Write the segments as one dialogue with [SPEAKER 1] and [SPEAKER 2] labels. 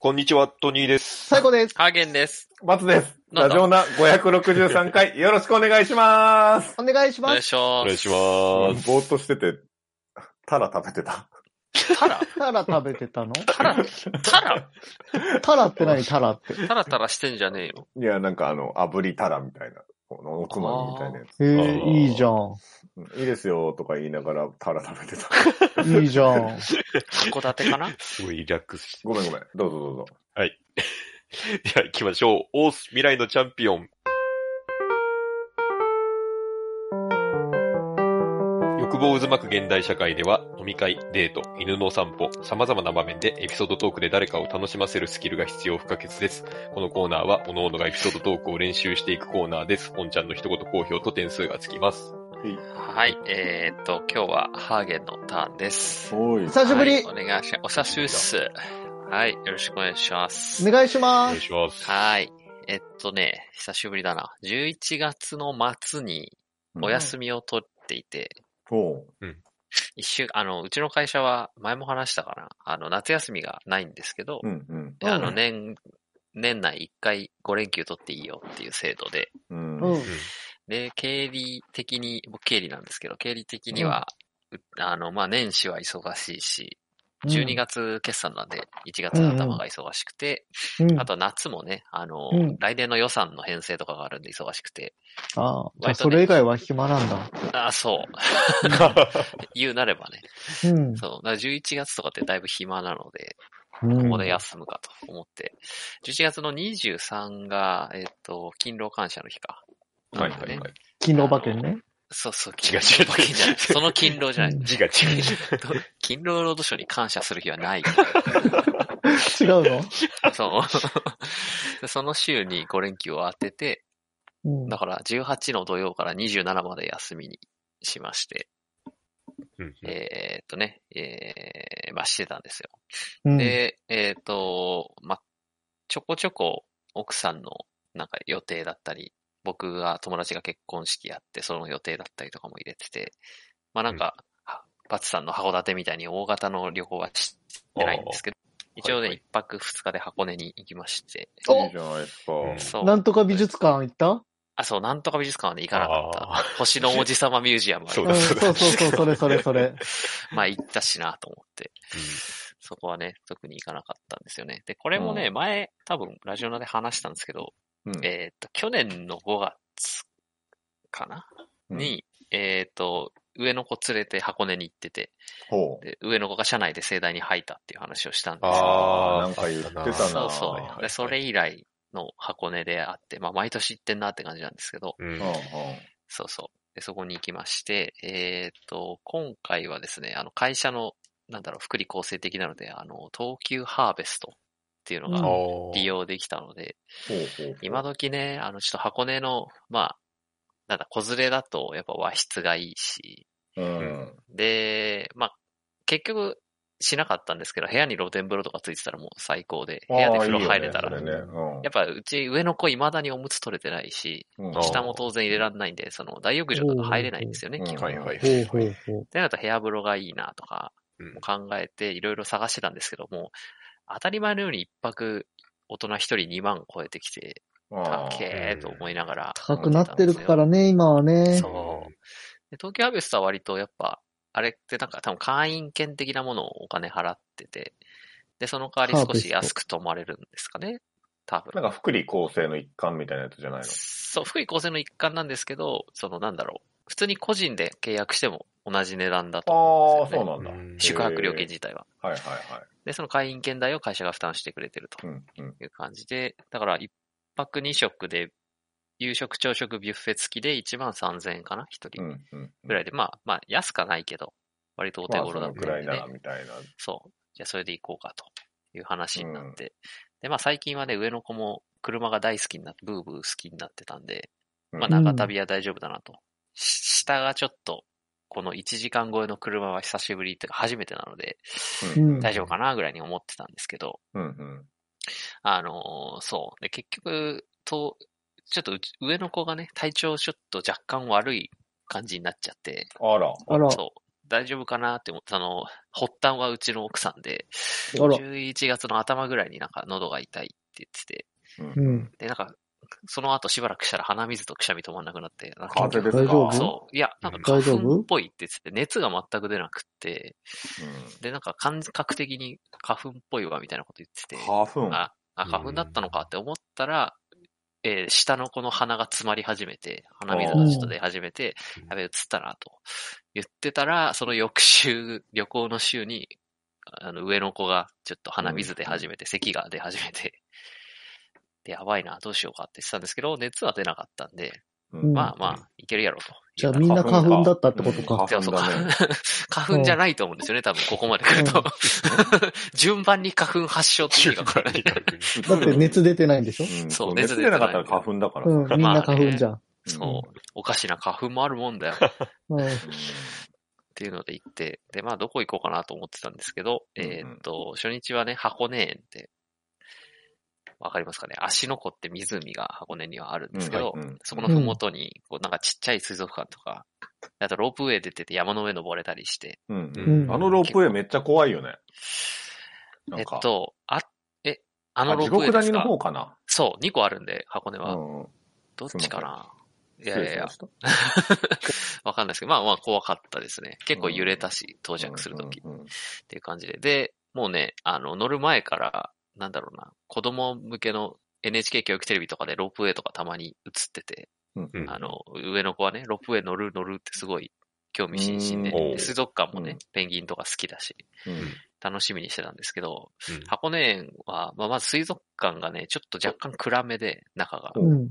[SPEAKER 1] こんにちは、トニーです。
[SPEAKER 2] 最高です。
[SPEAKER 3] ハーゲンです。
[SPEAKER 4] 松です。
[SPEAKER 3] な
[SPEAKER 4] ラ
[SPEAKER 3] んだ
[SPEAKER 4] ジオナ563回、よろしくお願いします。
[SPEAKER 2] お願いし
[SPEAKER 3] お願
[SPEAKER 2] ま
[SPEAKER 3] い
[SPEAKER 2] す。
[SPEAKER 3] します。
[SPEAKER 1] お願いし
[SPEAKER 4] ぼ
[SPEAKER 1] ます。
[SPEAKER 4] ーっとしてて、タラ食べてた。
[SPEAKER 3] す。タラ
[SPEAKER 2] タラ食べてたの
[SPEAKER 3] タラタラ
[SPEAKER 2] タラって何タラって。
[SPEAKER 3] タラタラしてんじゃねえよ。
[SPEAKER 4] いや、なんかあの、炙りタラみたいな、このおつまみみたいなやつ
[SPEAKER 2] え
[SPEAKER 1] あー
[SPEAKER 2] ー、いいじゃん。
[SPEAKER 4] うん。いいですよ、とか言いながらタラ食べて た。
[SPEAKER 2] いいじゃん。
[SPEAKER 3] 函館かな
[SPEAKER 1] すごいリラックスして。
[SPEAKER 4] ごめんごめん。どうぞどうぞ。
[SPEAKER 1] では行きましょう。オース未来のチャンピオン。欲望渦巻く現代社会では、飲み会、デート、犬のお散歩、様々な場面でエピソードトークで誰かを楽しませるスキルが必要不可欠です。このコーナーは、各々がエピソードトークを練習していくコーナーです。本ちゃんの一言好評と点数がつきます。
[SPEAKER 3] はい、えー、っと、今日はハーゲンのターンです。
[SPEAKER 4] おい
[SPEAKER 2] 久しぶり、
[SPEAKER 3] はいお願いします。お久しぶりっす。はい、よろしくお願いします。
[SPEAKER 2] お願いし
[SPEAKER 1] お
[SPEAKER 2] ま
[SPEAKER 1] 願い
[SPEAKER 2] す。
[SPEAKER 1] します。
[SPEAKER 3] はい。えっとね、久しぶりだな。11月の末にお休みを取っていて、
[SPEAKER 4] おう
[SPEAKER 3] 一週、あの、うちの会社は前も話したかな。あの、夏休みがないんですけど、
[SPEAKER 4] うんうん
[SPEAKER 2] うん
[SPEAKER 3] あの、年、年内1回5連休取っていいよっていう制度で、
[SPEAKER 4] うん。
[SPEAKER 2] うん。
[SPEAKER 3] で、経理的に、僕経理なんですけど、経理的には、うあの、まあ、年始は忙しいし、12月決算なんで、1月の頭が忙しくて、
[SPEAKER 2] うん
[SPEAKER 3] あと夏もね、あの、
[SPEAKER 2] うん
[SPEAKER 3] 来年の予算の編成とかがあるんで忙しくて、
[SPEAKER 2] あーじゃあ
[SPEAKER 3] 割と
[SPEAKER 2] そ
[SPEAKER 3] ね
[SPEAKER 2] れ以外は暇なんだ。
[SPEAKER 3] ああ、そう、言うなればね、
[SPEAKER 2] うん。
[SPEAKER 3] そう、だから11月とかってだいぶ暇なので、
[SPEAKER 2] うん
[SPEAKER 3] ここで休むかと思って、11月の23が、えっ、と、勤労感謝の日か。
[SPEAKER 1] はいはいはい。
[SPEAKER 2] 金の馬券ね。
[SPEAKER 3] そうそう、
[SPEAKER 1] 違う違う
[SPEAKER 3] 勤労だけじゃない。その勤労じゃない。
[SPEAKER 1] 字 が違
[SPEAKER 3] 勤労労働省に感謝する日はない。
[SPEAKER 2] 違うの
[SPEAKER 3] そう。その週に5連休を当てて、
[SPEAKER 2] うん
[SPEAKER 3] だから18の土曜から27まで休みにしまして、
[SPEAKER 1] う。うん
[SPEAKER 3] えーっとね、えー、まあ、してたんですよ。
[SPEAKER 2] うん。
[SPEAKER 3] で、えーっと、まあ、ちょこちょこ奥さんのなんか予定だったり、僕が友達が結婚式やって、その予定だったりとかも入れてて、まあ、なんか、はバツさんの函館みたいに大型の旅行はしてないんですけど、一応
[SPEAKER 1] はい
[SPEAKER 3] ね、
[SPEAKER 1] はい
[SPEAKER 3] 一泊二日で箱根に行きまして、
[SPEAKER 4] いいじゃないですか。
[SPEAKER 3] そう。
[SPEAKER 2] なんとか美術館行った
[SPEAKER 3] あ、そう、なんとか美術館はね、行かなか
[SPEAKER 1] あ
[SPEAKER 3] った。星の王子様ミュージアムは
[SPEAKER 1] そう
[SPEAKER 2] うん、
[SPEAKER 1] だ
[SPEAKER 2] そうそうそう、それそれそれ。
[SPEAKER 3] まあ行ったしなと思って、そこはね、特に行かなかったんですよね。で、これもね、
[SPEAKER 4] う
[SPEAKER 3] 前、多分、ラジオナで話したんですけど、
[SPEAKER 4] うん
[SPEAKER 3] えっ、と、去年の5月かな、
[SPEAKER 4] うん
[SPEAKER 3] に、えっ、と、上の子連れて箱根に行ってて、
[SPEAKER 4] ほう。
[SPEAKER 3] で上の子が車内で盛大に吐いたっていう話をしたんですけど、
[SPEAKER 1] ああ、
[SPEAKER 4] なんか言ってたな
[SPEAKER 3] そう
[SPEAKER 4] はいはい
[SPEAKER 3] そう。で、それ以来の箱根であって、まあ毎年行ってんなって感じなんですけど、
[SPEAKER 1] うん。
[SPEAKER 4] うんうん
[SPEAKER 3] そうそう。で、そこに行きまして、えーっと、今回はですね、あの、会社の、なんだろう、福利厚生的なので、あの、東急ハーベストっていうの
[SPEAKER 2] うん
[SPEAKER 3] が
[SPEAKER 1] おー
[SPEAKER 3] 利用できたので、
[SPEAKER 4] ほうほう。
[SPEAKER 3] 今時ね、あの、ちょっと箱根の、まあ、なんだ、子連れだと、やっぱ和室がいいし、
[SPEAKER 4] うん。
[SPEAKER 3] で、まあ、結局、しなかったんですけど、部屋に露天風呂とかついてたらもう最高で、部屋で風呂入れたら、
[SPEAKER 4] ああいいよねそれね
[SPEAKER 3] やっぱうち上の子未だにおむつ取れてないし、
[SPEAKER 4] うんうん
[SPEAKER 1] あー
[SPEAKER 3] 下も当然入れられないんで、その大浴場とか入れないんですよね、
[SPEAKER 4] うん
[SPEAKER 3] 基本
[SPEAKER 1] はいはい。
[SPEAKER 2] ほうほうほう。
[SPEAKER 3] で、あと部屋風呂がいいなとか
[SPEAKER 1] うん
[SPEAKER 3] 考えていろいろ探してたんですけども、当たり前のように一泊大人一人2万超えてきて、高
[SPEAKER 4] ああ
[SPEAKER 3] えーと思いながら。
[SPEAKER 2] 高くなってるからね、今はね。
[SPEAKER 1] そう。
[SPEAKER 3] で東京ハーベストは割とやっぱ、あれってなんか多分会員券的なものをお金払ってて、で、その代わり少し安く泊まれるんですかね、多分。
[SPEAKER 4] なんか福利厚生の一環みたいなやつじゃないの
[SPEAKER 3] そう、福利厚生の一環なんですけど、そのなんだろう。普通に個人で契約しても同じ値段だと思うん
[SPEAKER 4] ああ、
[SPEAKER 3] ですよ
[SPEAKER 4] そう
[SPEAKER 3] ね。
[SPEAKER 4] なんだ。
[SPEAKER 1] うん
[SPEAKER 3] 宿泊料金自体は。
[SPEAKER 4] はいはいはい。
[SPEAKER 3] で、その会員券代を会社が負担してくれてる
[SPEAKER 4] う
[SPEAKER 3] と
[SPEAKER 4] んうん。
[SPEAKER 3] いう感じで、だから一泊二食で、夕食、朝食、ビュッフェ付きで1万3000円かな一
[SPEAKER 4] う
[SPEAKER 3] 人
[SPEAKER 4] んうん。
[SPEAKER 3] ぐらいで、まあ、まあ、安かないけど、割とお手頃だ
[SPEAKER 4] まあ
[SPEAKER 3] っ
[SPEAKER 4] そ
[SPEAKER 3] た
[SPEAKER 4] のく
[SPEAKER 3] の
[SPEAKER 4] ら
[SPEAKER 3] で、
[SPEAKER 4] いな
[SPEAKER 3] ね
[SPEAKER 4] ら、。みたいな。
[SPEAKER 3] そう。じゃあ、それで行こうかという話になって。で、まあ、最近はね、上の子も車が大好きになって、ブーブー好きになってたんで、まあ、
[SPEAKER 2] うん
[SPEAKER 3] 長旅は大丈夫だなと。し下がちょっと、この1時間超えの車は久しぶりっていうか初めてなので、
[SPEAKER 2] うん。
[SPEAKER 3] 大丈夫かなぐらいに思ってたんですけど、
[SPEAKER 4] うんうん。
[SPEAKER 3] あのーそう。で、結局、と、ちょっとうち上の子がね、体調ちょっと若干悪い感じになっちゃって、
[SPEAKER 4] あら。
[SPEAKER 2] あら、
[SPEAKER 3] そう。大丈夫かなって思ったの、発端はうちの奥さんで、
[SPEAKER 2] あら。
[SPEAKER 3] 11月の頭ぐらいになんか喉が痛いって言ってて、
[SPEAKER 2] うん。
[SPEAKER 3] で、なんか、その後しばらくしたら鼻水とくしゃみ止まんなくなって、なんか
[SPEAKER 4] 風邪ですか
[SPEAKER 2] 大丈夫
[SPEAKER 3] そう。いや、なんか
[SPEAKER 2] 大丈
[SPEAKER 3] 花
[SPEAKER 2] 夫
[SPEAKER 3] 粉っぽいって言ってて、熱が全く出なくって、で、なんか感覚的に花粉っぽいわみたいなこと言ってて、
[SPEAKER 4] ハーフン。
[SPEAKER 3] あ、あ花粉だったのかって思ったら、えー下のこの鼻が詰まり始めて、鼻水がちょっと出始めて
[SPEAKER 1] うん、
[SPEAKER 3] やべえ、映ったなと言ってたら、その翌週、 旅行の週に、あの、上の子がちょっと鼻水出始めて、咳が出始めて、で、やばいな、どうしようかって言ってたんですけど、熱は出なかったんで、
[SPEAKER 2] うん
[SPEAKER 3] まあまあ、いけるやろうと。
[SPEAKER 2] じゃあみんな花粉だったってことか。
[SPEAKER 3] でもそう
[SPEAKER 4] 花粉だ
[SPEAKER 3] 花
[SPEAKER 4] ね
[SPEAKER 3] 粉花粉じゃないと思うんですよね、多分ここまで来る
[SPEAKER 2] う
[SPEAKER 3] と。 順番に花粉発症っていうか、これ。
[SPEAKER 2] だって熱出てないんでしょ
[SPEAKER 4] うん
[SPEAKER 3] そう熱
[SPEAKER 4] 熱
[SPEAKER 3] 出て
[SPEAKER 4] 出な
[SPEAKER 3] ない
[SPEAKER 4] かったら花粉だから。
[SPEAKER 2] うん
[SPEAKER 4] うん。、
[SPEAKER 2] みんな花粉じゃん。
[SPEAKER 3] そう。おかしな花粉もあるもんだよ。
[SPEAKER 2] うん。
[SPEAKER 3] っていうので行って、 で、まあ、どこ行こうかなと思ってたんですけど、
[SPEAKER 4] うんうん
[SPEAKER 3] えーっと、初日はね、箱根園って、わかりますかね足の子って湖が箱根にはあるんですけど、
[SPEAKER 4] うんはいうん
[SPEAKER 3] そこのふもとに、こう、なんかちっちゃい水族館とか、あとロープウェイ出てて山の上登れたりして、
[SPEAKER 4] うん
[SPEAKER 2] うん
[SPEAKER 4] あのロープウェイめっちゃ怖いよね。な
[SPEAKER 3] え
[SPEAKER 4] ん
[SPEAKER 3] っ
[SPEAKER 4] か、
[SPEAKER 3] と、あ、え、あ
[SPEAKER 4] あ
[SPEAKER 3] のロ
[SPEAKER 4] 地
[SPEAKER 3] ープウェイ
[SPEAKER 4] 獄
[SPEAKER 3] で
[SPEAKER 4] 谷
[SPEAKER 3] す
[SPEAKER 4] の
[SPEAKER 3] か
[SPEAKER 4] 方かな。
[SPEAKER 3] そう、2個あるんで、箱根は。
[SPEAKER 4] うん
[SPEAKER 3] どっちかな
[SPEAKER 4] うん
[SPEAKER 3] いやいやいや、わかんないですけど、まあまあ怖かったですね。結構揺れたし、到着するとき。
[SPEAKER 4] うんうんうん
[SPEAKER 3] っていう感じで。で、もうね、あの、乗る前から、なんだろうな、子供向けの NHK 教育テレビとかでロープウェイとかたまに映ってて、
[SPEAKER 4] うん
[SPEAKER 1] うん
[SPEAKER 3] あの、上の子はね、ロープウェイ乗る乗るってすごい興味津
[SPEAKER 1] う
[SPEAKER 3] 々
[SPEAKER 1] ん
[SPEAKER 3] で、
[SPEAKER 1] おう
[SPEAKER 3] で水族館もね、
[SPEAKER 4] うん
[SPEAKER 3] ペンギンとか好きだし、
[SPEAKER 4] うん
[SPEAKER 3] 楽しみにしてたんですけど、
[SPEAKER 1] うん
[SPEAKER 3] 箱根園は、まあ、まず水族館がね、ちょっと若干暗めで、中が。
[SPEAKER 2] うん。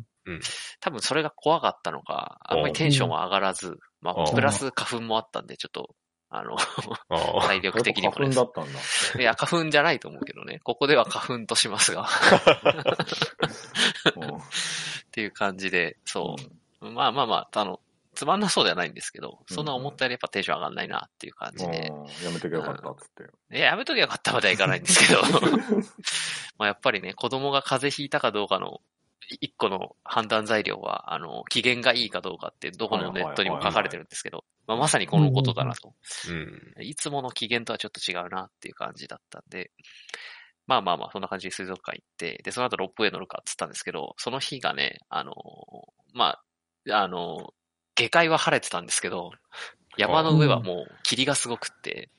[SPEAKER 3] 多分それが怖かったのか、あんまりテンションは上がらず、ま
[SPEAKER 1] お
[SPEAKER 3] あ、
[SPEAKER 1] う
[SPEAKER 3] プラス花粉もあったんで、ちょっと、あの、
[SPEAKER 1] ああ
[SPEAKER 3] 体力的に
[SPEAKER 4] や
[SPEAKER 3] も
[SPEAKER 4] っぱ花
[SPEAKER 3] ね
[SPEAKER 4] 粉だったんだ。
[SPEAKER 3] いや、花粉じゃないと思うけどね。ここでは花粉としますが。っ
[SPEAKER 4] うん
[SPEAKER 3] ていう感じで、そう。まあまあまあ、あの、つまんなそうではないんですけど、そんな思ったよりやっぱテンション上がんないなっていう感じで。
[SPEAKER 4] うんやめてけばよかったっつって。
[SPEAKER 3] いや、やめときゃよかったまではいかないんですけど。 まあやっぱりね、子供が風邪ひいたかどうかの、い一個の判断材料は、あの、機嫌がいいかどうかって、どこのネットにも書かれてるんですけど、まあまさにこのことだなと。
[SPEAKER 1] うん。
[SPEAKER 3] いつもの機嫌とはちょっと違うなっていう感じだったんで、まあまあまあ、そんな感じで水族館行って、で、その後ロープウェイ乗るかっつったんですけど、その日がね、あのー、まあ、あのー、下界は晴れてたんですけど、山の上はもう霧がすごくって、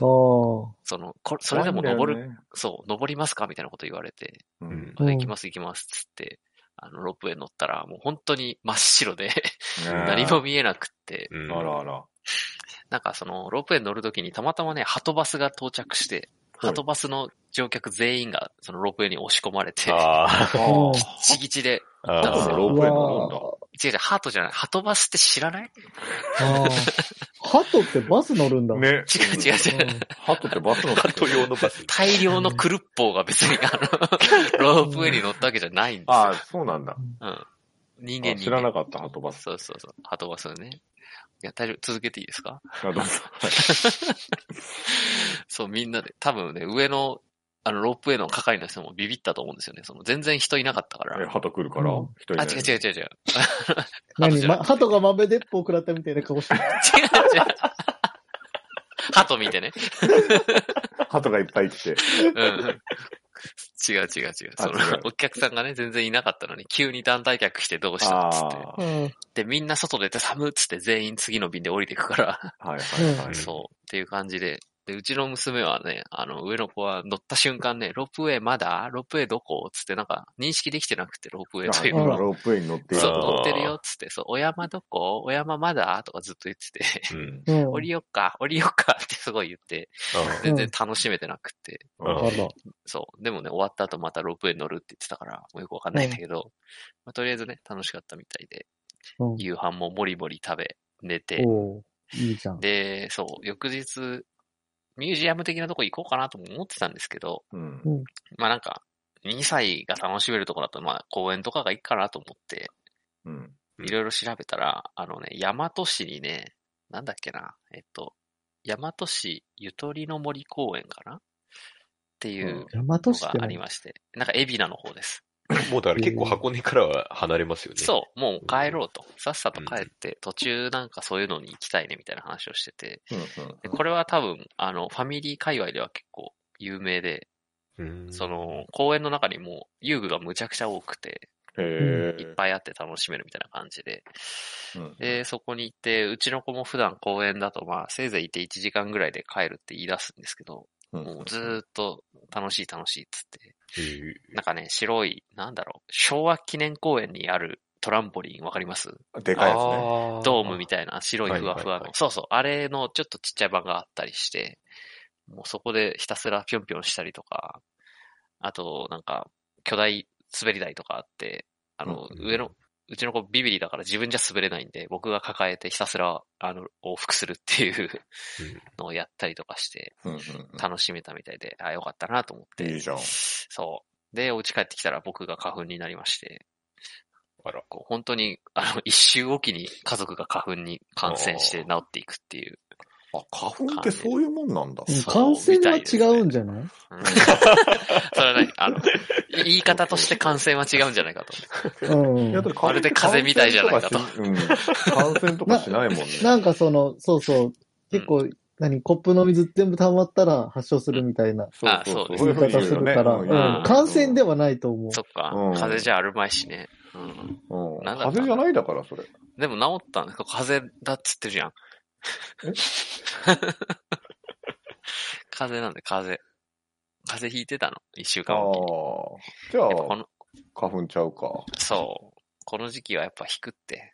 [SPEAKER 2] ああ。
[SPEAKER 3] その、こそれでも登る、
[SPEAKER 4] る。
[SPEAKER 3] そう、登りますかみたいなこと言われて、
[SPEAKER 4] うん
[SPEAKER 2] うん
[SPEAKER 3] 行きます行きますっつって、あの、ロープウェイ乗ったら、もう本当に真っ白で、何も見えなくって、
[SPEAKER 1] う
[SPEAKER 4] あ
[SPEAKER 1] ん。
[SPEAKER 4] らあら。
[SPEAKER 3] なんかその、ロープウェイ乗るときにたまたまね、ハトバスが到着して、
[SPEAKER 4] はい
[SPEAKER 3] ハトバスの乗客全員がそのロープウェイに押し込まれて、
[SPEAKER 1] あ
[SPEAKER 2] あ
[SPEAKER 4] あ
[SPEAKER 3] ちぎちで、
[SPEAKER 1] あ。あ
[SPEAKER 4] だ
[SPEAKER 1] あ
[SPEAKER 4] から
[SPEAKER 1] ロ
[SPEAKER 4] ロープウェイ乗るんだ
[SPEAKER 2] うわ
[SPEAKER 3] 違う違う、ハートじゃない、ハトバスって知らない
[SPEAKER 2] ああ。ハトってバス乗るんだ。
[SPEAKER 4] あ。ね。
[SPEAKER 3] 違う違う違う。
[SPEAKER 4] ハトってバスの
[SPEAKER 1] ート用のバス。
[SPEAKER 3] 大量のクルッポーが別に、あ の、ロープウェイに乗ったわけじゃないんです
[SPEAKER 4] ああ、
[SPEAKER 3] よ。
[SPEAKER 4] そうなんだ。
[SPEAKER 3] うん、人間
[SPEAKER 4] あ
[SPEAKER 3] に。
[SPEAKER 4] 知らなかった、ハトバス。
[SPEAKER 3] そうそうそう、ハトバスね。いや、大丈夫、続けていいですか
[SPEAKER 4] あどうぞ
[SPEAKER 3] そう、みんなで、多分ね、上の、あの、ロープウェイの係の人もビビったと思うんですよね。その、全然人いなかったから
[SPEAKER 4] え。ハト来るから
[SPEAKER 2] うん、
[SPEAKER 4] 人い
[SPEAKER 3] あ、
[SPEAKER 4] ない。
[SPEAKER 3] 違う違う違う 違う。
[SPEAKER 2] 何ま、鳩が豆鉄砲食らったみたいな顔してる。
[SPEAKER 3] 違う違う。ハト見てね。
[SPEAKER 4] ハトがいっぱい来て。
[SPEAKER 3] うん。違う違う違う。
[SPEAKER 4] あ
[SPEAKER 3] その
[SPEAKER 4] 違う
[SPEAKER 3] お客さんがね、全然いなかったのに、急に団体客してどうしたっつって。
[SPEAKER 4] あ
[SPEAKER 2] う
[SPEAKER 4] あ。
[SPEAKER 2] ん。
[SPEAKER 3] で、みんな外出て寒っつって全員次の便で降りていくから、
[SPEAKER 4] はいはいは
[SPEAKER 1] う
[SPEAKER 4] い
[SPEAKER 1] ん。
[SPEAKER 3] そう、っていう感じで。で、うちの娘はね、あの、上の子は乗った瞬間ね、ロープウェイまだロープウェイどこつってなんか認識できてなくて、ロープウェイという
[SPEAKER 4] 今
[SPEAKER 3] の
[SPEAKER 2] あ
[SPEAKER 3] は。
[SPEAKER 4] ロープウェイに乗っている
[SPEAKER 3] そう、
[SPEAKER 1] あー
[SPEAKER 3] 乗ってるよっつって、そう、お山どこお山まだとかずっと言ってて、
[SPEAKER 1] うん。
[SPEAKER 2] うん。
[SPEAKER 3] 降りよっか、降りよっかってすごい言って、
[SPEAKER 1] あ
[SPEAKER 3] 全然楽しめてなくて。
[SPEAKER 1] あ
[SPEAKER 2] あら。
[SPEAKER 3] そう。でもね、終わった後またロープウェイ乗るって言ってたから、もうよくわかんないんだけど、まあ、とりあえずね、楽しかったみたいで、
[SPEAKER 2] うん。
[SPEAKER 3] 夕飯ももりもり食べ、寝て、
[SPEAKER 2] おーいいじゃん。
[SPEAKER 3] で、そう、翌日、ミュージアム的なとこ行こうかなとも思ってたんですけど、
[SPEAKER 4] うん。
[SPEAKER 3] まあなんか、2歳が楽しめるとこだと、まあ公園とかがいいかなと思って、
[SPEAKER 4] うん。
[SPEAKER 1] うん
[SPEAKER 3] いろいろ調べたら、あのね、大和市にね、なんだっけな、えっと、大和市ゆとりの森公園かなっていう
[SPEAKER 2] 大和
[SPEAKER 3] の
[SPEAKER 2] 市って
[SPEAKER 3] があり
[SPEAKER 2] 何
[SPEAKER 3] まして、なんか海老名の方です。
[SPEAKER 1] もうだから結構箱根からは離れますよね。
[SPEAKER 3] そう、もう帰ろうと。さっさと帰って、途中なんかそういうのに行きたいねみたいな話をしてて、でこれは多分、あの、ファミリー界隈では結構有名で、
[SPEAKER 1] うん。
[SPEAKER 3] その、公園の中にもう遊具がむちゃくちゃ多くて、
[SPEAKER 4] へ
[SPEAKER 3] いっぱいあって楽しめるみたいな感じで、
[SPEAKER 4] え。
[SPEAKER 3] で、そこに行って、うちの子も普段公園だと、まあ、せいぜいいて1時間ぐらいで帰るって言い出すんですけど、
[SPEAKER 4] うん
[SPEAKER 3] もうずーっと楽しい楽しいっつって、
[SPEAKER 1] へー
[SPEAKER 3] なんかね、白い、なんだろう、昭和記念公園にあるトランポリンわかります
[SPEAKER 4] でかいですね。
[SPEAKER 3] ドームみたいな白いふわふ
[SPEAKER 1] はいは
[SPEAKER 3] わ
[SPEAKER 1] いはい
[SPEAKER 3] の。そうそう、あれのちょっとちっちゃい版があったりして、もうそこでひたすらぴょんぴょんしたりとか、あとなんか巨大滑り台とかあって、あの、
[SPEAKER 1] うんうん
[SPEAKER 3] 上の、うちの子ビビリだから自分じゃ滑れないんで、僕が抱えてひたすら、あの、往復するっていう
[SPEAKER 1] うん
[SPEAKER 3] のをやったりとかして、
[SPEAKER 4] うんうん
[SPEAKER 3] 楽しめたみたいで、あ、よかったなと思って。
[SPEAKER 4] いいじゃん
[SPEAKER 3] そう。で、お家帰ってきたら僕が花粉になりまして、
[SPEAKER 1] あら。
[SPEAKER 3] こう本当に、あの、一 周おきに家族が花粉に感染して治っていくっていう。
[SPEAKER 4] あ、花粉ってそういうもんなんだ。
[SPEAKER 3] ん
[SPEAKER 2] 感染は違うんじゃない
[SPEAKER 3] うんそれは何あの、い言い方として感染は違うんじゃないかと。
[SPEAKER 2] うん
[SPEAKER 4] いやだって
[SPEAKER 3] まるで風邪みたいじゃないかと
[SPEAKER 4] うん感染とかしないもんね。
[SPEAKER 2] なんかその、そうそう、結構、何、コップの水全部溜まったら発症するみたいな
[SPEAKER 3] あそうです
[SPEAKER 2] 言い
[SPEAKER 4] いふう
[SPEAKER 2] 方
[SPEAKER 4] に言う
[SPEAKER 2] す
[SPEAKER 4] よ
[SPEAKER 2] る
[SPEAKER 4] ね
[SPEAKER 2] から、
[SPEAKER 4] うん
[SPEAKER 2] うん感染ではないと思う。
[SPEAKER 3] そっか、
[SPEAKER 4] うん
[SPEAKER 3] 風邪じゃあるまいしね。うん、
[SPEAKER 4] うん
[SPEAKER 3] なんだ
[SPEAKER 4] 風邪じゃないだから、それ。
[SPEAKER 3] でも治ったんです風邪だっつってるじゃん。 風邪なんで、風邪。風邪ひいてたの一週
[SPEAKER 4] あ
[SPEAKER 3] 間
[SPEAKER 4] あ
[SPEAKER 3] おきに。
[SPEAKER 4] ー。じゃ
[SPEAKER 3] やっぱこ
[SPEAKER 4] あ、
[SPEAKER 3] の、
[SPEAKER 4] 花粉ちゃうか。
[SPEAKER 3] そう。この時期はやっぱ低くって。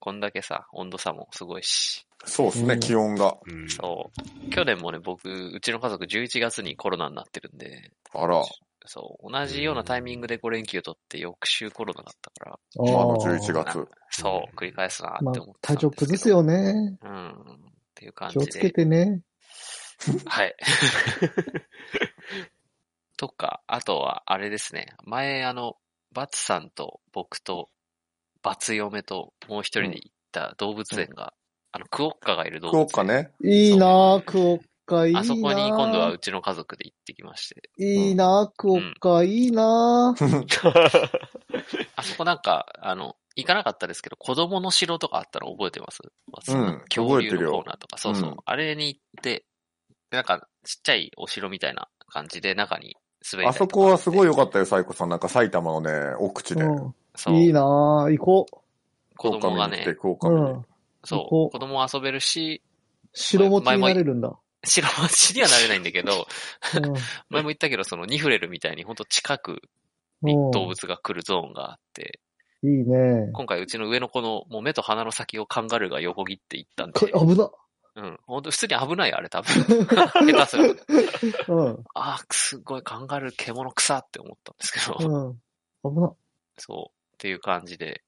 [SPEAKER 3] こんだけさ、温度差もすごいし。
[SPEAKER 4] そうです
[SPEAKER 2] う
[SPEAKER 4] ね、
[SPEAKER 2] ん
[SPEAKER 4] 気温が。
[SPEAKER 1] うん
[SPEAKER 3] そう。去年もね、僕、うちの家族11月にコロナになってるんで、
[SPEAKER 4] あら、
[SPEAKER 3] そう。同じようなタイミングで5連休取って翌週コロナだったから、
[SPEAKER 2] あ
[SPEAKER 4] 今の
[SPEAKER 2] ー
[SPEAKER 4] 11月。
[SPEAKER 3] そう、繰り返すな
[SPEAKER 2] ま
[SPEAKER 3] っ
[SPEAKER 2] あ
[SPEAKER 3] て思っ、てたん
[SPEAKER 2] 体
[SPEAKER 3] ですけど。
[SPEAKER 2] 調崩すよね。
[SPEAKER 3] うん。っていう感
[SPEAKER 2] 気
[SPEAKER 3] じ
[SPEAKER 2] を
[SPEAKER 3] で。
[SPEAKER 2] つけてね。
[SPEAKER 3] はい。 とか、あとは、あれですね。前、あの、バツさんと僕と、バツ嫁と、もう一人で行った動物園が、あの、クオッカがいる動
[SPEAKER 4] 福
[SPEAKER 3] 物園。
[SPEAKER 4] 岡ね。
[SPEAKER 2] いいなぁ、クオッカ、いいなぁ
[SPEAKER 3] あそこに今度はうちの家族で行ってきまして。
[SPEAKER 2] いいなぁ、クオッカ、いいなぁ。
[SPEAKER 3] あそこなんか、あの、行かなかったですけど、子供の城とかあったの覚えてます
[SPEAKER 4] うん
[SPEAKER 3] 恐竜
[SPEAKER 4] 覚えてる
[SPEAKER 3] の
[SPEAKER 4] よ
[SPEAKER 3] コーナーとか、そうそう。
[SPEAKER 4] うん
[SPEAKER 3] あれに行って、なんか、ちっちゃいお城みたいな感じで中に滑り
[SPEAKER 4] あ
[SPEAKER 3] 台とか
[SPEAKER 4] そこはすご
[SPEAKER 3] よ。
[SPEAKER 4] い良かったよ、サイコさん。なんか埼玉のね、奥地で。
[SPEAKER 3] そう。
[SPEAKER 2] いいなぁ、行こう。
[SPEAKER 3] 子供がね、
[SPEAKER 4] 福岡
[SPEAKER 2] う
[SPEAKER 4] 見に行って
[SPEAKER 2] ん。
[SPEAKER 3] そ
[SPEAKER 2] こ
[SPEAKER 3] う、子供遊べるし、
[SPEAKER 2] 白持ちになれるんだ。
[SPEAKER 3] 白持ちにはなれないんだけ ど、
[SPEAKER 2] うん
[SPEAKER 3] 前も言ったけど、そのニフレルみたいに本当近くに
[SPEAKER 2] うん
[SPEAKER 3] 動物が来るゾーンがあって、
[SPEAKER 2] いいね。
[SPEAKER 3] 今回うちの上の子のもう目と鼻の先をカンガルーが横切っていったんで
[SPEAKER 2] こ、危な。
[SPEAKER 3] うん、本当普通に危ないよあれ多分。 下手すると。
[SPEAKER 2] うん。
[SPEAKER 3] あーすごいカンガルー獣草って思ったんですけど、
[SPEAKER 2] うん。危な。
[SPEAKER 3] そう。っていう感じで、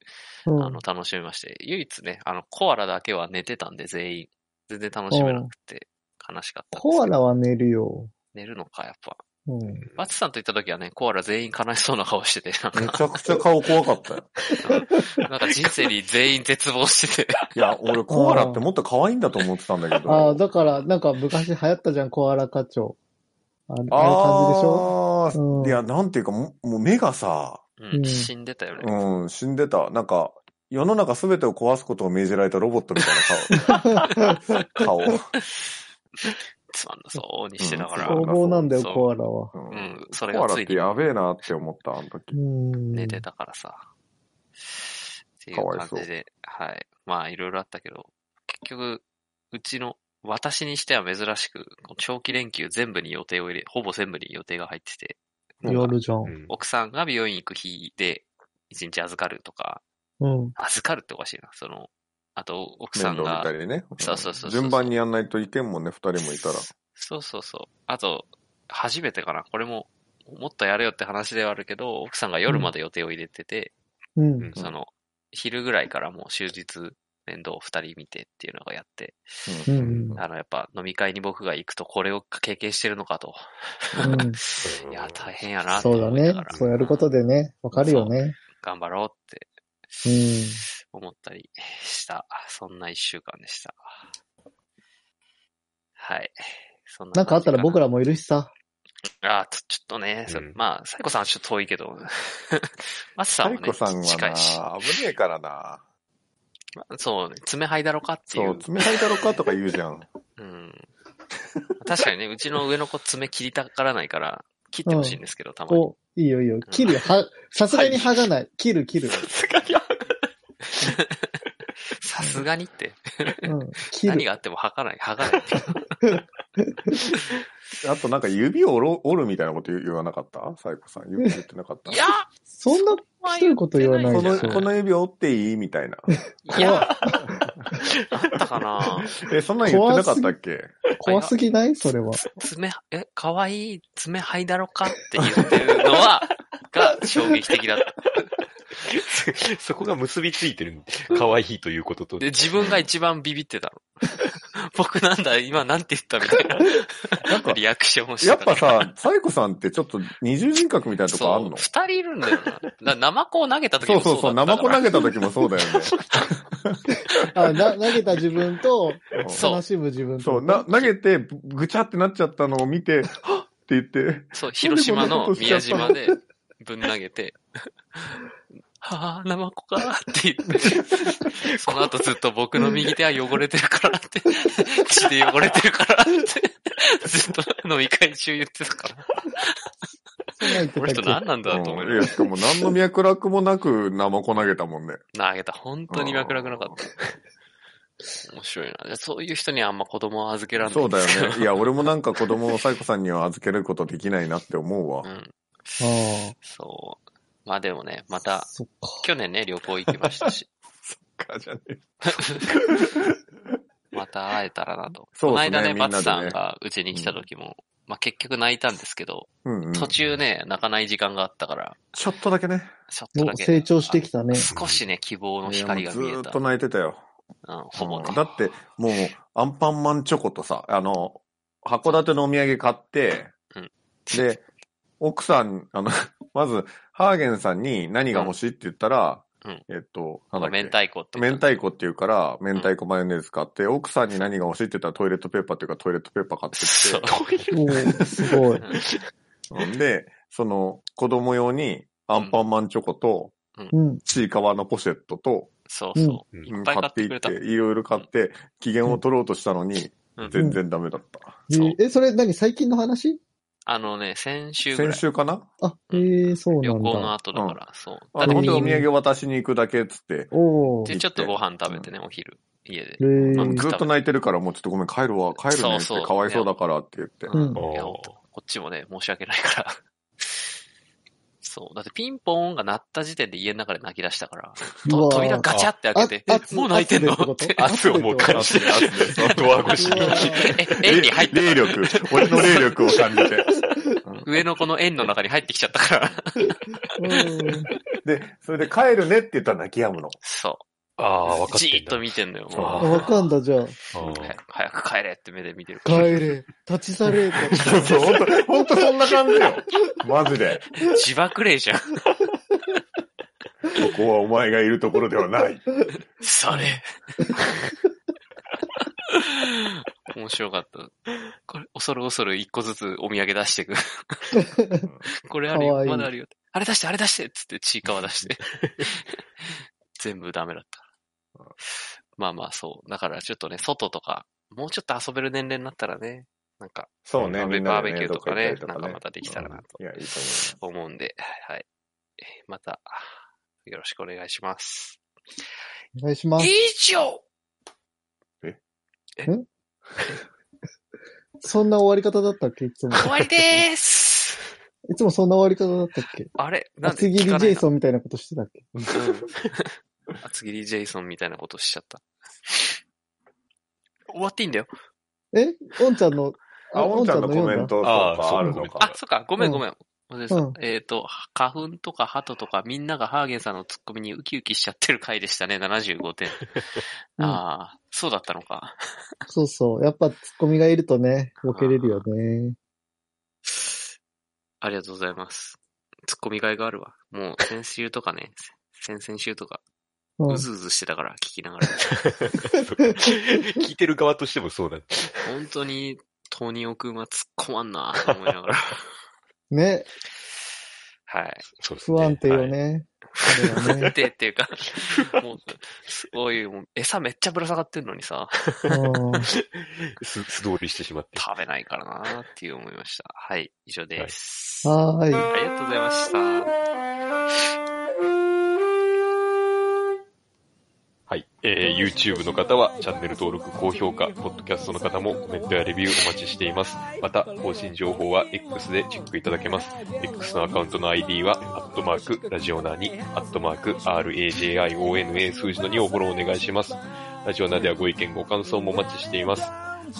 [SPEAKER 2] う
[SPEAKER 3] あ
[SPEAKER 2] ん
[SPEAKER 3] の、。楽しみまして。唯一ね、あの、コアラだけは寝てたんで、全員。全然楽しめなくて、悲しかったんですけど。
[SPEAKER 2] コアラは寝るよ。
[SPEAKER 3] 寝るのか、やっぱ。
[SPEAKER 2] うん。
[SPEAKER 3] バツさんと行った時はね、コアラ全員悲しそうな顔してて、なん
[SPEAKER 4] め
[SPEAKER 3] か、
[SPEAKER 4] ちゃくちゃ顔怖かったよ。
[SPEAKER 3] なんか人生に全員絶望してて。
[SPEAKER 4] いや、俺コアラってもっと可愛いんだと思ってたんだけど。
[SPEAKER 2] ああ、だから、なんか昔流行ったじゃん、コアラ課長。あああいう感じでしょ
[SPEAKER 4] あー
[SPEAKER 2] うん
[SPEAKER 4] いや、なんていうか、ももう目がさ、
[SPEAKER 3] う、
[SPEAKER 2] うんん
[SPEAKER 3] 死んでたよね。
[SPEAKER 4] うん、死んでた。なんか、世の中すべてを壊すことを命じられたロボットみたいな 顔。顔。
[SPEAKER 3] つまんなそうにしてたか
[SPEAKER 4] あ
[SPEAKER 3] ら。
[SPEAKER 4] うん
[SPEAKER 2] 凶暴なんだよ、
[SPEAKER 3] そう
[SPEAKER 2] コアラは。
[SPEAKER 3] う
[SPEAKER 4] う
[SPEAKER 3] んん、それ
[SPEAKER 4] コ
[SPEAKER 3] が
[SPEAKER 4] アラっ
[SPEAKER 3] つい
[SPEAKER 4] て
[SPEAKER 3] に
[SPEAKER 4] やべえなって思った、あの時
[SPEAKER 2] う。ん。
[SPEAKER 3] 寝てたからさ。っていう感じで、はい。まあ、いろいろあったけど、結局、うちの、私にしては珍しく、長期連休全部に予定を入れ、ほぼ全部に予定が入ってて、
[SPEAKER 2] 夜じゃん。
[SPEAKER 1] うん
[SPEAKER 3] 奥さんが美容院行く日で、一日預かるとか、
[SPEAKER 2] うん。
[SPEAKER 3] 預かるっておかしいな。その、あと、奥さ
[SPEAKER 4] 面
[SPEAKER 3] ん
[SPEAKER 4] 倒
[SPEAKER 3] が
[SPEAKER 4] 見た、りね。
[SPEAKER 3] そうそうそうそうん
[SPEAKER 4] 順番にやんないといけんもんね、二人もいたら。
[SPEAKER 3] そうそうそう。あと、初めてかな。これも、もっとやれよって話ではあるけど、奥さんが夜まで予定を入れてて、
[SPEAKER 2] うん。
[SPEAKER 1] うん
[SPEAKER 3] その、昼ぐらいからもう終日、面倒を二人見てっていうのがやって、
[SPEAKER 2] うん
[SPEAKER 4] うん
[SPEAKER 3] あの、やっぱ飲み会に僕が行くとこれを経験してるのかと。
[SPEAKER 2] うん
[SPEAKER 3] いや、大変やなと
[SPEAKER 2] そうだ
[SPEAKER 3] 思い
[SPEAKER 2] ね
[SPEAKER 3] ながら。。
[SPEAKER 2] そうやることでね、わかるよね。
[SPEAKER 3] 頑張ろうって
[SPEAKER 2] うん。
[SPEAKER 3] 思ったりした。そんな一週間でした。はい。そんな
[SPEAKER 2] なんかあったら僕
[SPEAKER 3] ら。
[SPEAKER 2] らもいるしさ。
[SPEAKER 3] ああ、ちょちょっとね、そ
[SPEAKER 1] うん
[SPEAKER 3] まあ、サイコさんはちょっと遠い けど、マスさ
[SPEAKER 4] サ
[SPEAKER 3] んは
[SPEAKER 4] イ
[SPEAKER 3] ね、
[SPEAKER 4] コさんは
[SPEAKER 3] 近いし、
[SPEAKER 4] な、危ねえからな。
[SPEAKER 3] まあそうね、爪剥いだろかってい。
[SPEAKER 4] そうう、爪吐いたろかとか言うじゃん。
[SPEAKER 3] うん、確かにね、うちの上の子爪切りたからないから、切ってほしいんですけど、たまに。
[SPEAKER 2] お、いいよいいよ。切るよ。は、 さすがに剥がない。切る切る。
[SPEAKER 3] さすがに剥がない さすがにって、
[SPEAKER 2] うん。切
[SPEAKER 3] 何
[SPEAKER 2] る。
[SPEAKER 3] があっても剥かない、剥がない。
[SPEAKER 4] あとなんか指を折ろ折るみたいなこと言言わなかったサイコさん。言言ってなかった
[SPEAKER 3] いや
[SPEAKER 2] そんなひどいこと言わない
[SPEAKER 4] こ
[SPEAKER 2] で
[SPEAKER 4] の、
[SPEAKER 2] しょ
[SPEAKER 4] こ。の指折っていいみたいな。
[SPEAKER 3] いやあったかな
[SPEAKER 4] え、そんなん言ってなかったっけ
[SPEAKER 2] 怖すぎないそれは。
[SPEAKER 3] 爪、え、かわいい爪剥いだろかって言ってるのは、が衝撃的だった。
[SPEAKER 1] そこが結びついてるんで、可愛いということと
[SPEAKER 3] で、。自分が一番ビビってたの。僕なんだ、今なんて言ったみたいな
[SPEAKER 4] なんか、
[SPEAKER 3] リアクションをして
[SPEAKER 4] やった
[SPEAKER 3] か
[SPEAKER 4] ぱ
[SPEAKER 3] ら。
[SPEAKER 4] さ、サイコさんってちょっと二重人格みたいなとこあん
[SPEAKER 3] そう、
[SPEAKER 4] のそ
[SPEAKER 3] 二人いるんだよな。な生子を投げた時
[SPEAKER 4] う
[SPEAKER 3] も
[SPEAKER 4] そうそう、
[SPEAKER 3] だった
[SPEAKER 4] 生子
[SPEAKER 3] から
[SPEAKER 4] 投げた時もそうだよ ね。
[SPEAKER 2] あ、な、投げた自分と、
[SPEAKER 4] うん
[SPEAKER 3] そう
[SPEAKER 2] 悲しむ自分と。
[SPEAKER 4] そう、な、投げて、ぐちゃってなっちゃったのを見て、はっって言って、
[SPEAKER 3] そう、広島の
[SPEAKER 4] なんでこんなこと
[SPEAKER 3] 宮
[SPEAKER 4] しちゃっ
[SPEAKER 3] 島
[SPEAKER 4] た
[SPEAKER 3] でぶん投げて、はぁ、生子かーって言って、その後ずっと僕の右手は汚れてるからって、血で汚れてるからって、ずっと飲み会中言ってたから、
[SPEAKER 2] そんなん言って
[SPEAKER 3] こ
[SPEAKER 2] た
[SPEAKER 3] の
[SPEAKER 2] っ
[SPEAKER 3] 人
[SPEAKER 2] け
[SPEAKER 3] 何なんだと思い
[SPEAKER 4] うん
[SPEAKER 3] ないが
[SPEAKER 4] や、しかも何の脈絡もなく生子投げたもんね。
[SPEAKER 3] ら投げた。本当に脈絡なかった。面白いな。そういう人にはあんま子供を預けられない。
[SPEAKER 4] そうだよね。いや、俺もなんか子供をサイコさんには預けることできないなって思うわ
[SPEAKER 3] う。ん。
[SPEAKER 2] あ
[SPEAKER 3] そう。まあでもね、
[SPEAKER 2] あ。
[SPEAKER 3] また、
[SPEAKER 2] そっか。
[SPEAKER 3] 去年ね、旅行行きましたし、
[SPEAKER 4] かじゃねえ
[SPEAKER 3] また会えたらなと。
[SPEAKER 4] そう
[SPEAKER 3] この
[SPEAKER 4] ですね
[SPEAKER 3] 間ね、
[SPEAKER 4] みん
[SPEAKER 3] バ
[SPEAKER 4] なでね
[SPEAKER 3] ツさんがうちに来た時も、まあ結局泣いたんですけど、
[SPEAKER 4] うんうん。
[SPEAKER 3] 途中ね、泣かない時間があったから、
[SPEAKER 4] ちょっとだけね。
[SPEAKER 3] ちょっとだ
[SPEAKER 2] お
[SPEAKER 3] け。
[SPEAKER 2] 成長してきた
[SPEAKER 3] あ
[SPEAKER 2] ね。
[SPEAKER 3] 少しね、希望の光が
[SPEAKER 4] いや
[SPEAKER 3] 見
[SPEAKER 4] もう
[SPEAKER 3] え
[SPEAKER 4] ずー
[SPEAKER 3] た。
[SPEAKER 4] っと泣いてたよ。
[SPEAKER 3] うん、ほぼね
[SPEAKER 4] うん。だって、もう、アンパンマンチョコとさ、あの、函館のお土産買って、
[SPEAKER 3] うん
[SPEAKER 4] で、奥さん、あの、 まず、ハーゲンさんに何が欲しいって言ったら、
[SPEAKER 3] うん
[SPEAKER 4] えっと、なんだっけ
[SPEAKER 3] 明太子って。
[SPEAKER 4] 明太子って言うから、明太子マヨネーズ買って、奥さんに何が欲しいって言ったらトイレットペーパーっていうからトイレットペーパー買って
[SPEAKER 3] そう。
[SPEAKER 2] おーすご い。
[SPEAKER 4] きて、で、その、子供用にアンパンマンチョコと、
[SPEAKER 2] うん。
[SPEAKER 4] ちいかわのポシェットと、
[SPEAKER 3] そうそうう。
[SPEAKER 1] ん
[SPEAKER 3] いっぱい買ってくれた。
[SPEAKER 4] いって、いろいろ買って、機嫌を取ろうとしたのに、
[SPEAKER 3] うん
[SPEAKER 4] 全然ダメだった。
[SPEAKER 2] え
[SPEAKER 3] そう
[SPEAKER 2] え、それ何最近の話
[SPEAKER 3] あのね、先週ぐら
[SPEAKER 4] 先
[SPEAKER 3] い。
[SPEAKER 4] 週かな
[SPEAKER 2] あ、
[SPEAKER 3] う
[SPEAKER 2] え
[SPEAKER 3] ん
[SPEAKER 2] ー、そう
[SPEAKER 3] 旅
[SPEAKER 2] な
[SPEAKER 3] 行
[SPEAKER 2] ん
[SPEAKER 3] の
[SPEAKER 2] だ。
[SPEAKER 3] 後だから、そう。だ
[SPEAKER 4] あの、
[SPEAKER 3] っ
[SPEAKER 4] 本
[SPEAKER 3] て
[SPEAKER 4] 当にお土産渡しに行くだけっつって、
[SPEAKER 2] お
[SPEAKER 3] で、
[SPEAKER 2] ー。
[SPEAKER 3] ちょっとご飯食べてね、お昼、家で
[SPEAKER 2] え。
[SPEAKER 4] う
[SPEAKER 2] ー
[SPEAKER 4] んずっと泣いてるからもうちょっとごめん帰るわ、帰るねっ
[SPEAKER 3] そうそ
[SPEAKER 4] て
[SPEAKER 3] う
[SPEAKER 4] かわいそうだからって言って。
[SPEAKER 2] うん
[SPEAKER 3] いや、ほんとこっちもね、申し訳ないから。そう。だってピンポーンが鳴った時点で家の中で泣き出したから、
[SPEAKER 2] う
[SPEAKER 3] と
[SPEAKER 2] わー
[SPEAKER 3] 扉ガチャって
[SPEAKER 2] あ
[SPEAKER 3] 開けて、えもう泣いてんの
[SPEAKER 2] 圧でって
[SPEAKER 3] って。
[SPEAKER 2] こと
[SPEAKER 1] 圧をもう感じて、
[SPEAKER 4] 圧で圧で
[SPEAKER 1] ドア越し
[SPEAKER 2] う
[SPEAKER 1] に。
[SPEAKER 2] わ
[SPEAKER 3] え、円に入って、
[SPEAKER 4] 霊力、俺の霊力を感じて。
[SPEAKER 3] 上のこの円の中に入ってきちゃったから。
[SPEAKER 2] うん
[SPEAKER 4] で、それで帰るねって言ったら泣き止むの。
[SPEAKER 3] そ
[SPEAKER 1] ああ、分
[SPEAKER 3] う。
[SPEAKER 1] かっ
[SPEAKER 3] じ
[SPEAKER 1] て
[SPEAKER 3] ー
[SPEAKER 1] ん
[SPEAKER 3] っと
[SPEAKER 1] だ。
[SPEAKER 3] 見てんのよ。
[SPEAKER 1] そう
[SPEAKER 2] あ
[SPEAKER 3] もう
[SPEAKER 2] わかんだ、じゃあ。
[SPEAKER 3] 早く早く帰れって目で見てる。
[SPEAKER 2] 帰れ。立ち去れ。
[SPEAKER 4] そうそう、ほんと、ほんとそんな感じよ。マジで。
[SPEAKER 3] 自爆霊じゃん。
[SPEAKER 4] ここはお前がいるところではない。
[SPEAKER 3] それ。面白かった。これ、恐る恐る一個ずつお土産出してく。これある
[SPEAKER 2] か
[SPEAKER 3] よ、
[SPEAKER 2] わいい
[SPEAKER 3] まだあるよ。あれ出して、あれ出してっつって、ちいかわ出して。全部ダメだった。まあまあ、そう。だから、ちょっとね、外とか、もうちょっと遊べる年齢になったらね、なんか、
[SPEAKER 4] そうね、
[SPEAKER 3] バー
[SPEAKER 4] み
[SPEAKER 3] ベ
[SPEAKER 4] ん
[SPEAKER 3] バ
[SPEAKER 4] な
[SPEAKER 3] ー
[SPEAKER 4] で
[SPEAKER 3] ベキューとかね、
[SPEAKER 4] ど
[SPEAKER 3] な
[SPEAKER 4] っ
[SPEAKER 3] ん
[SPEAKER 4] 行った
[SPEAKER 3] か
[SPEAKER 4] り
[SPEAKER 3] またできたらな
[SPEAKER 4] うんいや、いいと
[SPEAKER 3] と思うんで、はい。また、よろしくお願いします。
[SPEAKER 2] お願いします。
[SPEAKER 3] 以上
[SPEAKER 2] そんな終わり方だったっけいつも。
[SPEAKER 3] 終わりでーす
[SPEAKER 2] いつもそんな終わり方だったっけ
[SPEAKER 3] あれなんで
[SPEAKER 2] 厚切り
[SPEAKER 3] 聞か
[SPEAKER 2] ジ
[SPEAKER 3] な
[SPEAKER 2] ェ
[SPEAKER 3] い
[SPEAKER 2] イ
[SPEAKER 3] な
[SPEAKER 2] ソンみたいなことしてたっけ
[SPEAKER 3] うん厚切りジェイソンみたいなことしちゃった。 終わっていいんだよ。
[SPEAKER 2] えオンちゃんの、
[SPEAKER 4] 思う。あ、おんちゃんのコメン
[SPEAKER 2] 読
[SPEAKER 4] トと
[SPEAKER 1] あ
[SPEAKER 4] か
[SPEAKER 1] そう
[SPEAKER 4] あるのか。
[SPEAKER 3] あ、そっか、ごめんごめん。忘れてた
[SPEAKER 2] うん
[SPEAKER 3] えっ、と、花粉とか鳩とかみんながハーゲンさんのツッコミにウキウキしちゃってる回でしたね、75点。
[SPEAKER 2] うん
[SPEAKER 3] ああ、そうだったのか。
[SPEAKER 2] んだ。そうそう。やっぱツッコミがいるとね、ボケれるよね。
[SPEAKER 3] ありがとうございます。ツッコミがいがあるわ。もう先週とかね、先々週とか、
[SPEAKER 2] うん
[SPEAKER 3] うずうずしてたから聞きながら。
[SPEAKER 1] 聞いてる側としてもそうなんだ。
[SPEAKER 3] 本当にトニオくんは突っ込まんなと思いながら。
[SPEAKER 2] ね、
[SPEAKER 3] はい。
[SPEAKER 1] そうですね。
[SPEAKER 2] 不安定よ
[SPEAKER 1] はい。
[SPEAKER 2] ね。あれ
[SPEAKER 3] 不安定っていうか、もう、すごい、もう餌めっちゃぶら下がってんのにさ、
[SPEAKER 2] はね。
[SPEAKER 1] す素通りしてしまって。
[SPEAKER 3] 食べないからなっていう思いました。はい、以上です。
[SPEAKER 2] うんはーい。
[SPEAKER 3] ありがとうございました。
[SPEAKER 1] はい。えー、YouTube の方はチャンネル登録、高評価、ポッドキャストの方もコメントやレビューお待ちしています。また、更新情報は X でチェックいただけます。X のアカウントの ID は、アットマーク、ラジオナーに、アットマーク、RAJIONA 数字の2をフォローお願いします。ラジオナーではご意見、ご感想もお待ちしています。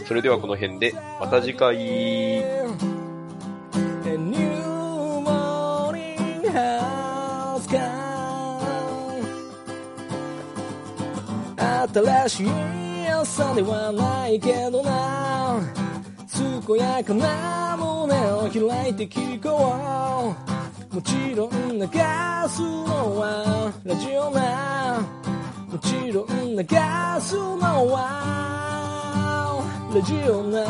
[SPEAKER 1] それではこの辺で、また次回。
[SPEAKER 5] A new morning has come 新しい朝ではないけどな健やかな胸を開いて聞こうもちろん流すのはラジオなもちろん流すのはラジオな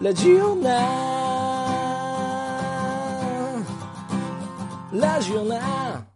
[SPEAKER 5] ラジオなラジオな